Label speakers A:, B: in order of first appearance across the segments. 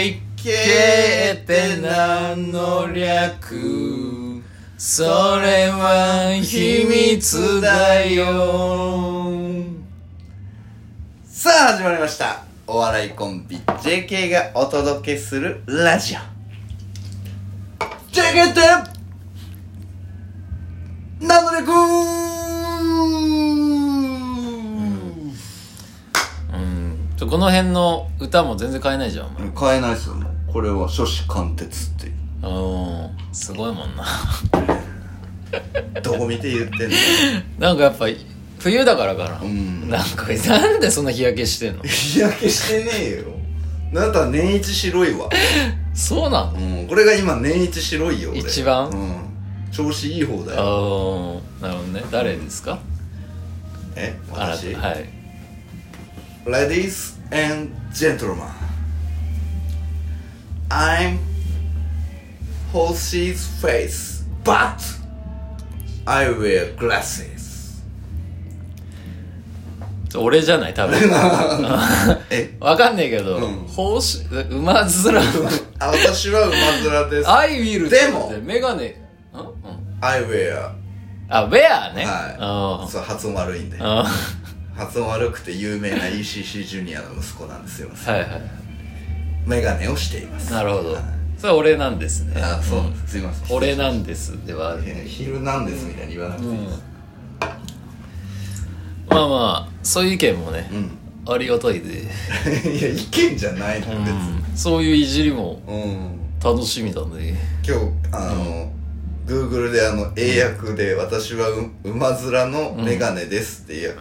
A: JK って何の略それは秘密だよ
B: さあ始まりましたお笑いコンビ JK がお届けするラジオ JK って何の略
A: うんちょこの辺の歌も全然変えないじゃんお前
B: 変えないっすよもうこれは初子貫徹ってい
A: う
B: う
A: んすごいもんな
B: どこ見て言ってんの
A: なんかやっぱ冬だからかな、
B: ん
A: なんかなんでそんな日焼けしてんの
B: 日焼けしてねえよあなた年一白いわ
A: そうなの
B: うんこれが今年一白いよ俺
A: 一番
B: うん調子いい方だよ
A: ああなるほどね誰ですか
B: え
A: あな
B: 私
A: たはい
B: Ladies and gentlemen, I'm horse's face, but I wear glasses.
A: 俺じゃない多分
B: え
A: わかんねえけど、
B: うん
A: ほうし 馬面
B: あ私は馬面です。
A: アイウィル
B: でも
A: メガネん、うん、
B: I wear.
A: あウェアね
B: はい。そう、発音悪いんで
A: うん。うんは
B: 発音悪くて有名な ECC ジュニアの息子なんですよ。
A: いはい
B: メガネをしています。
A: なるほど
B: はい
A: それは俺なんですね
B: あ、そう、すいません。
A: 俺なんですではある
B: えーヒルナンデスみたいに言わなくていいです。
A: まあまあそういう意見もね、
B: うん。
A: ありがたいで、
B: いや、意見じゃないの、別に。
A: そういういじりも
B: うん。
A: 楽しみだね
B: 今日あの、Google であの英訳で「私はう馬面のメガネです」って英訳、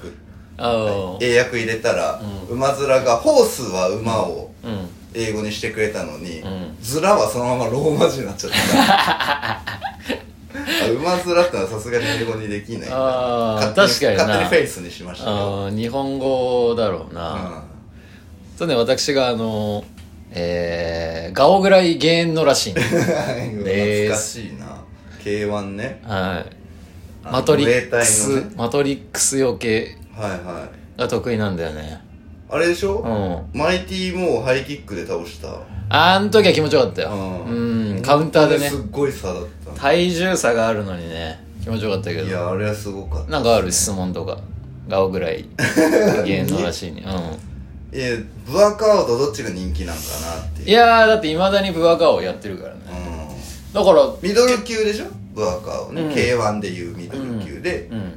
A: ああ、
B: 英訳入れたら、馬面が「ホース」は馬を
A: うん
B: 英語にしてくれたのに、
A: ん
B: ズラはそのままローマ字になっちゃった あ馬面ってのはさすがに英語にできない
A: あー
B: 勝手
A: 確かにな
B: 勝手にフェイスにしましたけど
A: あー日本語だろうな、 そうね私があのえー、ガオぐらい減塩のらしい んで
B: うん
A: です
B: 懐かしいな K1 ね
A: はい
B: あの
A: マトリ
B: 自衛
A: ッ
B: 隊
A: ク
B: の
A: ス、
B: ね
A: マトリックスよけ
B: はいはい
A: が得意なんだよね
B: あれでしょ、
A: うん
B: マイティーもうハイキックで倒した
A: あん時は気持ちよかったよ
B: うん
A: うんカウンターでね
B: すっごい差だった
A: 体重差があるのにね気持ちよかったけど
B: いやあれはすごかった
A: なんかある質問とかガオぐらい減塩のらしいにうん
B: いやブアカオとどっちが人気なんかなって
A: い
B: いう
A: やーだっていまだにブアカオやってるからね
B: うん
A: だから
B: ミドル級でしょブアカオね、
A: うん
B: K1 でいうミドル級で、
A: うん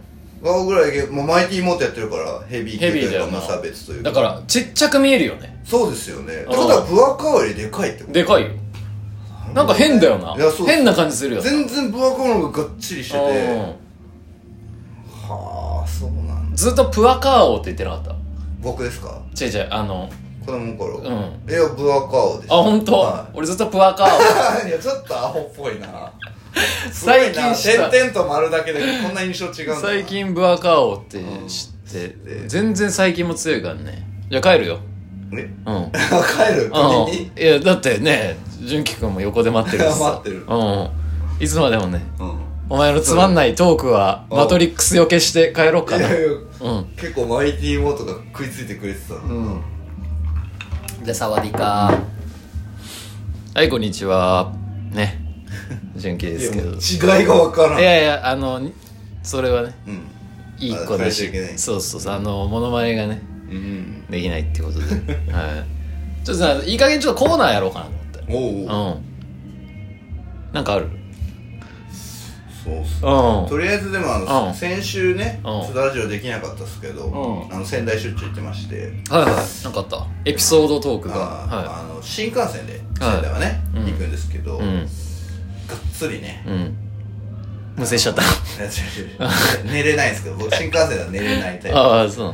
B: ガオぐらいでもうマイティーもっとやってるからヘビー級
A: ヘ
B: と
A: ビー
B: い
A: だ
B: う
A: よ
B: か
A: な
B: 無差別というか
A: だからちっちゃく見えるよね
B: そうですよねって
A: ん
B: ことはブアカオよりでかいってこと
A: でかいよなんか変だよない
B: やそう
A: 変な感じするよね
B: 全然ブアカオの方ががっちりしてて
A: うん
B: はあそうなんだ
A: ずっとプアカーオって言ってなかっ
B: 僕ですか
A: た違う違うあの
B: 子供の頃、
A: うんあ
B: いやブアカオでした
A: 本当、
B: はい
A: 俺ずっとプアカー
B: いや、ちょっとアホっぽいな。
A: 最近
B: すごいな
A: 知った
B: 点々と丸だけでこんな印象違うん
A: オ
B: だな。
A: 最近プアカーオって知って、
B: うん
A: 全然最近も強いからねじゃあ帰るよ
B: え。
A: うんうん
B: 帰る時に
A: いやだってね純喜君も横で待ってるし
B: 待ってる
A: うんいつまでもね
B: うん。
A: お前のつまんないトークは
B: うん
A: マトリックスよけして帰ろうか
B: い
A: な
B: やいや
A: うん
B: 結構マイティーモーとか食いついてくれてたの。
A: うんじゃあサワディカーはいこんにちは ね純喜で
B: いや
A: すけ
B: も
A: ど
B: う違いがわからん。
A: いやいやあのそれはね
B: うん。
A: いい子だ
B: あ変
A: し
B: えちゃいけない
A: そうそうそうあのモノマネがね
B: うん。
A: できないってことで はいちょっとさいい加減ちょっとコーナーやろうかなと
B: おうおう。
A: 思ってうんなんかある
B: そうっす。
A: う
B: とりあえずでもあ
A: う
B: の
A: ん
B: 先週ね、ち
A: うん
B: ょっとラジオできなかったっすけど
A: う、ん
B: あの仙台出張行ってまして、
A: んはいはいなんかあったエピソードトークがは
B: あーあの新幹線で仙台はね
A: うん
B: 行くんですけど、
A: い
B: が
A: う
B: っ
A: ん
B: つりね、
A: うん無制しちゃった
B: いや違う違う違う 寝れないんですけど僕新幹線では寝れないタイプあ
A: ああそう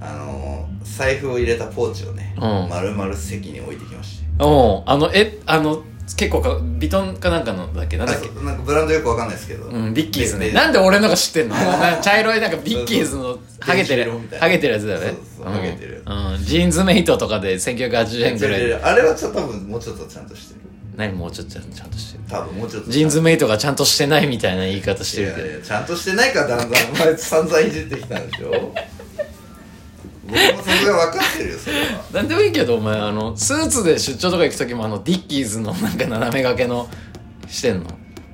B: のー財布を入れたポーチをね、
A: うん
B: 丸々席に置いてきまして
A: おうあのえあの結構かビトンかなんかのだっけなんだっけ
B: あそうなんかブランドよくわかんないですけど、
A: うん、ビッキーズね。
B: でで
A: なんで俺のが知 ってんのなんか茶色いなんかビッキーズのハゲて
B: 電
A: る
B: 子色みたい、な
A: ハゲてるやつだよね。
B: そうそうハゲてる
A: うん。うんジーンズメイトとかで1980円ぐら
B: 違う違
A: い。
B: うあれはちょっと多分もうちょっとちゃんとしてる
A: 何もうちょっとちゃんとしてる。
B: 多分もうちょっと
A: ジーンズメイトがちゃんとしてないみたいな言い方して
B: い
A: るけ
B: や
A: ど
B: い。やちゃんとしてないからだんだんお前散々いじってきたんでしょ僕もさすが分かってるよそれは
A: なんでもいいけどお前あのスーツで出張とか行く時もあのディッキーズのなんか斜め掛けのしてんの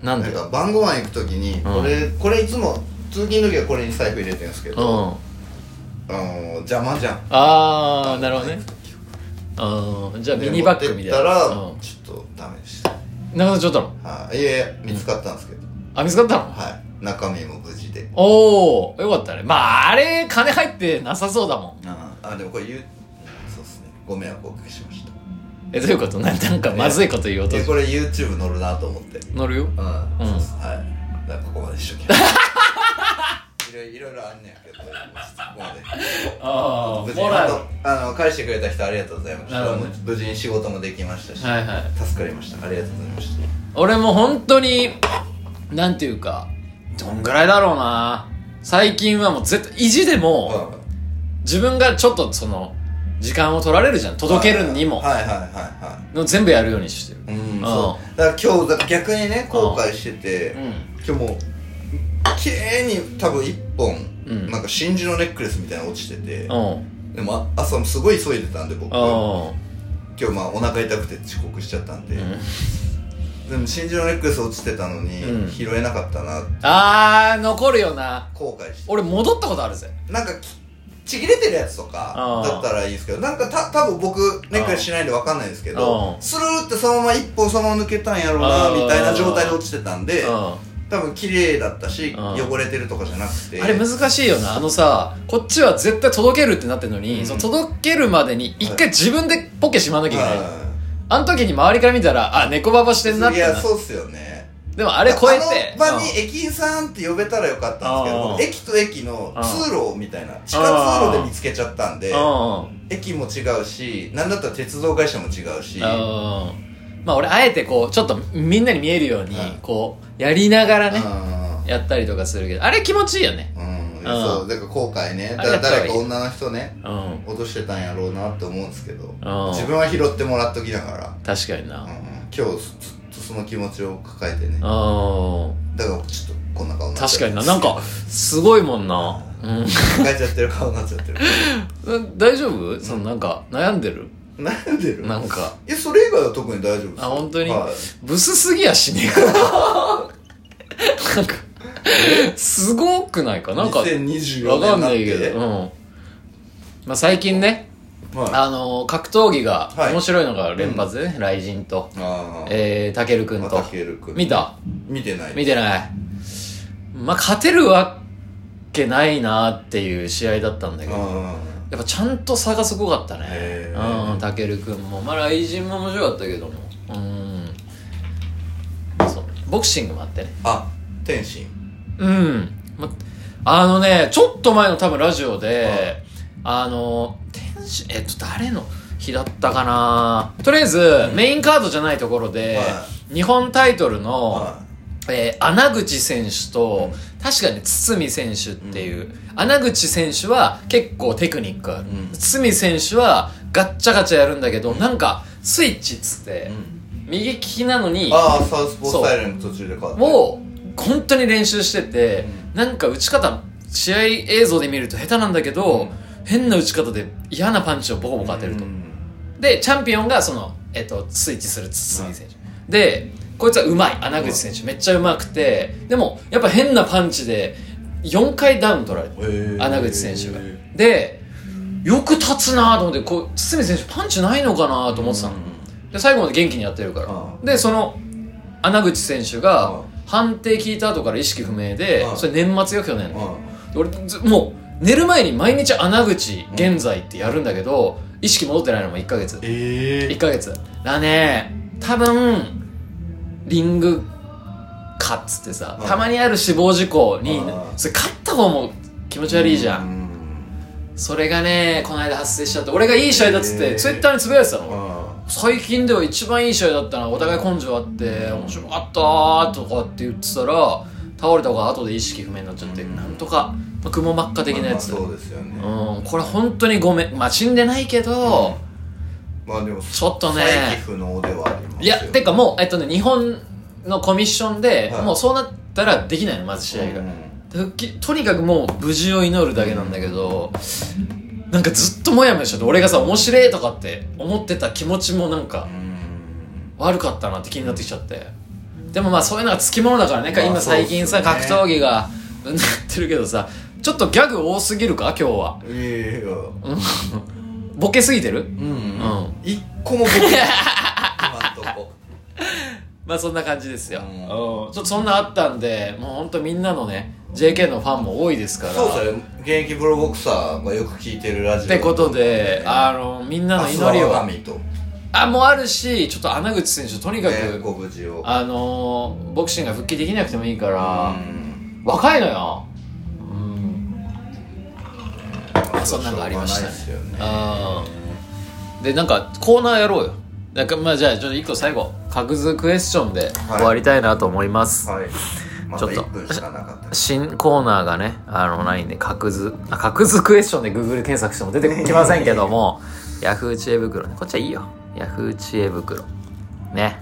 A: なん
B: な
A: で
B: んか晩ご飯行く時に
A: うん
B: これ、これいつも通勤の時はこれに財布入れてるんですけ
A: う
B: ど、
A: ん
B: あの邪魔じゃん
A: ああなるほどねあーじゃあミニバッグみたいな
B: で
A: う
B: 持
A: ん
B: ってったらちょっとダメでした
A: なくなっちゃったの
B: はいいやいや見つかったんですけど、
A: あ見つかったの
B: はい中身も無事で
A: おおよかったねまああれ金入ってなさそうだもん
B: ああでもこれ言うそうっすねご迷惑をおかけしました
A: えどういうことななんかまずいこと言おうと
B: えこれ YouTube 乗るなと思って
A: 乗るよ
B: うん、
A: うん
B: そうっすはいだからここまでし ときますいろいろいろいろあんねんけどここまで
A: あ
B: 無事
A: もらう
B: 本当あの返してくれた人ありがとうございまし
A: なる
B: た、
A: ほどね
B: 無事に仕事もできましたし、
A: はいはい
B: 助かりましたありがとうございまし
A: 俺も本当になんていうかどんぐらいだろうな最近はもう絶対意地で
B: た
A: も自分がちょっとその時間を取られるじゃん届けるにも
B: はいはいはいは
A: の全部やるようにしてる
B: いうん
A: うん
B: そうだから今日だから逆にね後悔してて
A: うん
B: 今日もう綺麗に多分一本、
A: うん
B: なんか真珠のネックレスみたいなの落ちてて
A: うん
B: でもあ朝もすごい急いでたんで僕今
A: うん
B: 日まあお腹痛くて遅刻しちゃったんで、
A: ん
B: でも真珠のネックレス落ちてたのに、
A: うん
B: 拾えなかったな
A: あー残るよな
B: 後悔して
A: 俺戻ったことあるぜ
B: なんかきちぎれてるやつと
A: あ
B: か
A: ー
B: だったらいいですけどなんかた多分僕ネックレスしないんでわかんないですけど
A: うん
B: スルーってそのまま一本そのまま抜けたんやろうな
A: あー
B: みたいな状態で落ちてたんで
A: う
B: 多分綺麗だったし
A: うん
B: 汚れてるとかじゃなくて
A: んあれ難しいよなあのさこっちは絶対届けるってなってるのに、
B: うん
A: その届けるまでに一回自分でポケしまわなきゃいけない、
B: う
A: あの時に周りから見たらあ猫ババしてんなんっ
B: い
A: てな
B: やそうっすよね
A: でもあれ超えて
B: あの場に
A: うん
B: 駅員さんって呼べたらよかったんですけ
A: う
B: ど
A: ん
B: 駅と駅の通路みたいな地下通路で見つけちゃったんで
A: うん
B: 駅も違うし何だったら鉄道会社も違うし
A: うんまあ俺あえてこうちょっとみんなに見えるように
B: うん
A: こうやりながらね
B: うん
A: やったりとかするけどあれ気持ちいいよね
B: うん、
A: う
B: そ
A: ん
B: うだから後悔ね
A: あ
B: だ
A: りが
B: から
A: とう
B: 誰か女の人ね
A: うん
B: 落としてたんやろうなって思うんですけど
A: うん
B: 自分は拾ってもらっときなが
A: 確かにな
B: ら、うん
A: う
B: うん、今日ずっとその気持ちを抱えてね
A: ん
B: だからちょっとこんな顔になっ
A: 確
B: ちゃ
A: か
B: って
A: にななんかすごいもんなうん
B: 抱えちゃってる顔になっちゃってる
A: 大丈夫そのなんか悩んでる
B: 悩んでる
A: なんか
B: えそれ以外は特に大丈夫です
A: あ本当に
B: はい
A: ブスすぎやしねえかなんかすごくないかなんかわ
B: 2024
A: か
B: 年
A: ん
B: になっ
A: ないけ
B: て
A: どうんまあ最近ね
B: はい
A: あの格闘技が
B: はい
A: 面白いのが連発でね、雷神と、
B: あー
A: えー、たけるくん
B: ま
A: と
B: た。ケル君
A: 見た
B: 見てない
A: 見てない。まあ、勝てるわけないなっていう試合だったんだけど、や
B: あ
A: っぱちゃんと差がすごかったね
B: へ。ー
A: うん、たけるくんも。まあ、雷神も面白かったけども。うん。そう。ボクシングもあってね。
B: あ天心
A: うん。ま、あのね、ちょっと前の多分ラジオで、あの、天使、えっと、誰の日だったかなとりあえず、メインカードじゃないところで、
B: は
A: 日本タイトルの、
B: は
A: えー穴口選手と、確かに堤選手っていう、穴口選手は結構テクニックある、
B: うん
A: 堤選手はガッチャガチャやるんだけど、なんかスイッチっつって
B: い、うん
A: 右利きなのに
B: ああサウスポースタイルの途中で変わった
A: を本当に練習してて、なんか打ち方試合映像で見ると下手なんだけど、変な打ち方で嫌なパンチをボコボコ当てると、
B: うん
A: でチャンピオンがその、えっとスイッチする堤選手、でこいつはうまい穴口選手、めっちゃうまくてでもやっぱ変なパンチで4回ダウン取られて
B: へー
A: 穴口選手がでよく立つなと思ってこう堤選手パンチないのかなと思ってたの、で最後まで元気にやってるから、
B: う
A: でその穴口選手が
B: うん
A: 判定聞いた後から意識不明で、
B: うん
A: それ年末よ去年
B: う
A: の、
B: ん
A: で俺ずもう寝る前に毎日穴口現在ってやるんだけど、意識戻ってないのも1ヶ月
B: え
A: 1ヶ月だね多分リングかっつってさ、
B: うん
A: たまにある死亡事故に、
B: うん
A: それ勝った方も気持ち悪いじゃん、
B: ん
A: それがねこの間発生しちゃって俺がいい試合だっつって、
B: えー
A: ツイッターにつぶやいてたの、
B: あ
A: 最近では一番いい試合だったなお互い根性あって面白かったーとかって言ってたら倒れた方が後で意識不明になっちゃって、
B: うん
A: なんとか、まあ、雲真っ赤的なやつ、
B: まあまあそうですよね
A: うんこれ本当にごめんまあ死んでないけど、
B: まあでも
A: ちょっとね
B: 再起不能ではありますよ
A: いやてかもうえっとね日本のコミッションで、
B: はい
A: もうそうなったらできないのまず試合が、
B: うん
A: 復帰とにかくもう無事を祈るだけなんだけど、なんかずっとモヤモヤしちゃって俺がさ面白いとかって思ってた気持ちもなんか
B: うん
A: 悪かったなって気になってきちゃってでもまあそういうのがつきものだからね、
B: まあ
A: 今最近さ、
B: そうっ
A: 格
B: すね
A: 闘技がうんなってるけどさちょっとギャグ多すぎるか今日はい
B: やいや
A: ボケすぎてる
B: うん、
A: うん
B: 一個も僕今んとこ
A: まあそんな感じですよ、
B: うん
A: うんちょっとそんなあったんでもうほんとみんなのね JK のファンも多いですから
B: そうですね現役プロボクサーがよく聞いてるラジオ
A: ってことで、あのみんなの祈りを
B: 明日は我が身と、
A: あもうあるしちょっと穴口選手とにかく、
B: ね、ご無事を
A: あのーボクシングが復帰できなくてもいいか
B: う
A: ら、
B: ん
A: 若いのようん
B: ま
A: あそんなのがありましたね
B: しょうがないっ
A: あーでなんかコーナーやろうよなんかまあじゃあちょっと一個最後格図クエスチョンで終わりたいなと思います、
B: すよねはいまだ
A: ちょっと
B: 1分しかなか った
A: 新コーナーがねあのないんで格図あ格図クエスチョンで Google で検索しても出てきませんけども Yahoo 知恵袋ねこっちはいいよ Yahoo 知恵袋ね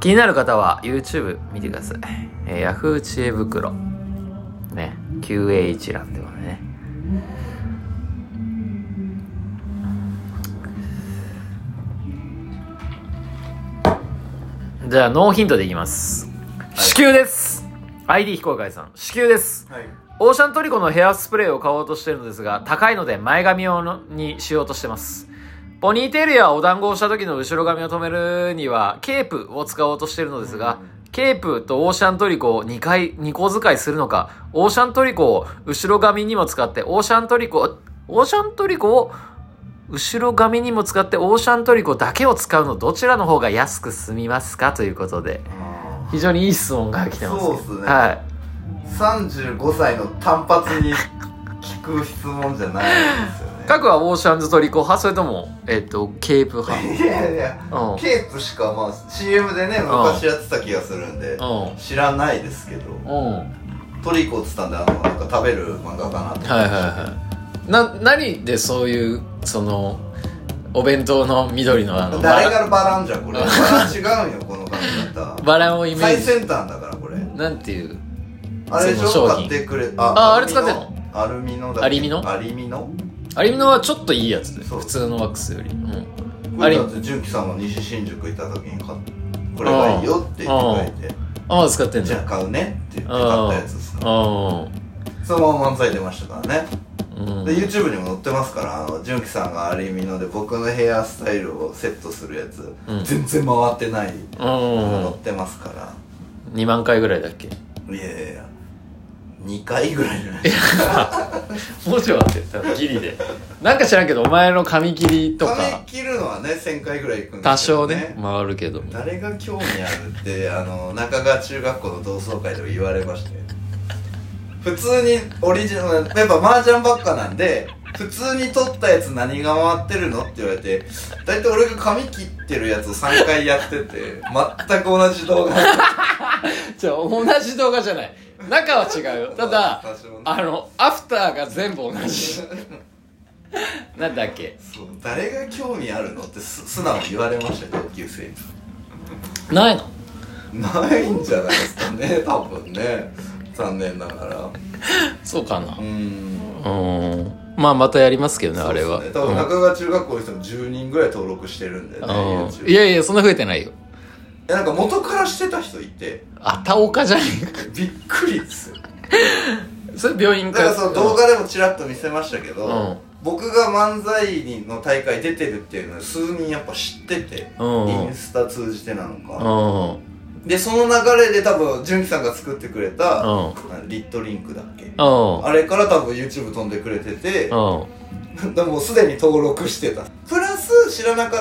A: 気になる方は YouTube 見てください、えー、Yahoo 知恵袋ね QA 一覧ではねじゃあノーヒントでいきます至急です、ID 非公開さん至急です
B: はい
A: オーシャントリコのヘアスプレーを買おうとしてるのですが、高いので前髪用のにしようとしてます。ポニーテールやお団子をした時の後ろ髪を留めるには、ケープを使おうとしてるのですが、ケープとオーシャントリコを2回、2個使いするのか、オーシャントリコを後ろ髪にも使って、オーシャントリコ、オーシャントリコを後ろ髪にも使って、オーシャントリコだけを使うのどちらの方が安く済みますかということで、非常にいい質問が来てますけど。
B: そうっすね
A: はい。
B: 35歳の単発に聞く質問じゃないですよね
A: 各はオーシャンズトリコ派それとも、えっとケープ派
B: いやいや
A: うん
B: ケープしかまあ CM でね昔やってた気がするんで
A: う
B: 知らないですけど
A: んうんはい
B: トリコっつったんであのなんか食べる漫画かなと
A: はいはいな何でそういうそのお弁当の緑のあのバ
B: 誰
A: ラ
B: がバランじゃんこれバラン違うよこの感じだったら
A: バラをイメー
B: 最
A: ジ
B: 先端だからこれ
A: なんていう
B: あれでし
A: そ
B: ょ
A: の商品
B: 買ってくれ
A: あ
B: アルミ
A: あれ使ってん
B: アルミのだっけ
A: アリミの
B: アリミの
A: アリミノはちょっといいやつで
B: そう
A: 普通のワックスよりうん
B: これだって純喜さんが西新宿行った時に買ってこれがいいよって言ってくれて
A: あまだ使ってん
B: じ
A: だ
B: ゃあ買うねって言って買ったやつですから
A: う
B: そのまま漫才出ましたからね
A: んう
B: で
A: ん
B: YouTube にも載ってますからあの純喜さんがアリミので僕のヘアスタイルをセットするやつ、
A: うん
B: 全然回ってない
A: うん
B: 載ってますから、
A: 2万回ぐらいだっけ
B: いやいやいや2回ぐらいじゃない
A: もうちょい待って多分ギリでなんか知らんけどお前の髪切りとか
B: 髪切るのはね1000回ぐらい行くんで
A: 多
B: すけど
A: 少ね回るけども
B: 誰が興味あるってあの中川中学校の同窓会でも言われまして普通にオリジナルやっぱ麻雀ばっかなんで普通に撮ったやつ何が回ってるのって言われて大体俺が髪切ってるやつを3回やってて全く同じ動画
A: じゃあ同じ動画じゃない中は違うよただ
B: 多少ね
A: あのアフターが全部同じ なんだっけ
B: そう誰が興味あるのってす素直に言われましたよ同級生に
A: ないの
B: ないんじゃないですかね多分ね残念ながら
A: そうかな
B: うーん
A: うんまあまたやりますけどねあれ
B: そう
A: は
B: ですね多分中川中学校の人も10人ぐらい登録してるんでね
A: うんうん
B: YouTube
A: いやいやそんな増えてないよ
B: えなんか元からしてた人いて
A: あたおかじゃねえか
B: びっくりですよ
A: それ病院
B: だ
A: か
B: からその動画でもちらっと見せましたけど、
A: うん
B: 僕が漫才の大会出てるっていうのを数人やっぱ知ってて、
A: うん
B: インスタ通じてなの
A: う
B: か、
A: ん
B: でその流れで多分純喜さんが作ってくれた、
A: うん
B: リットリンクだっけ、
A: うん
B: あれから多分 YouTube 飛んでくれてて、
A: うん
B: でももうすでに登録してたプラス知らなかった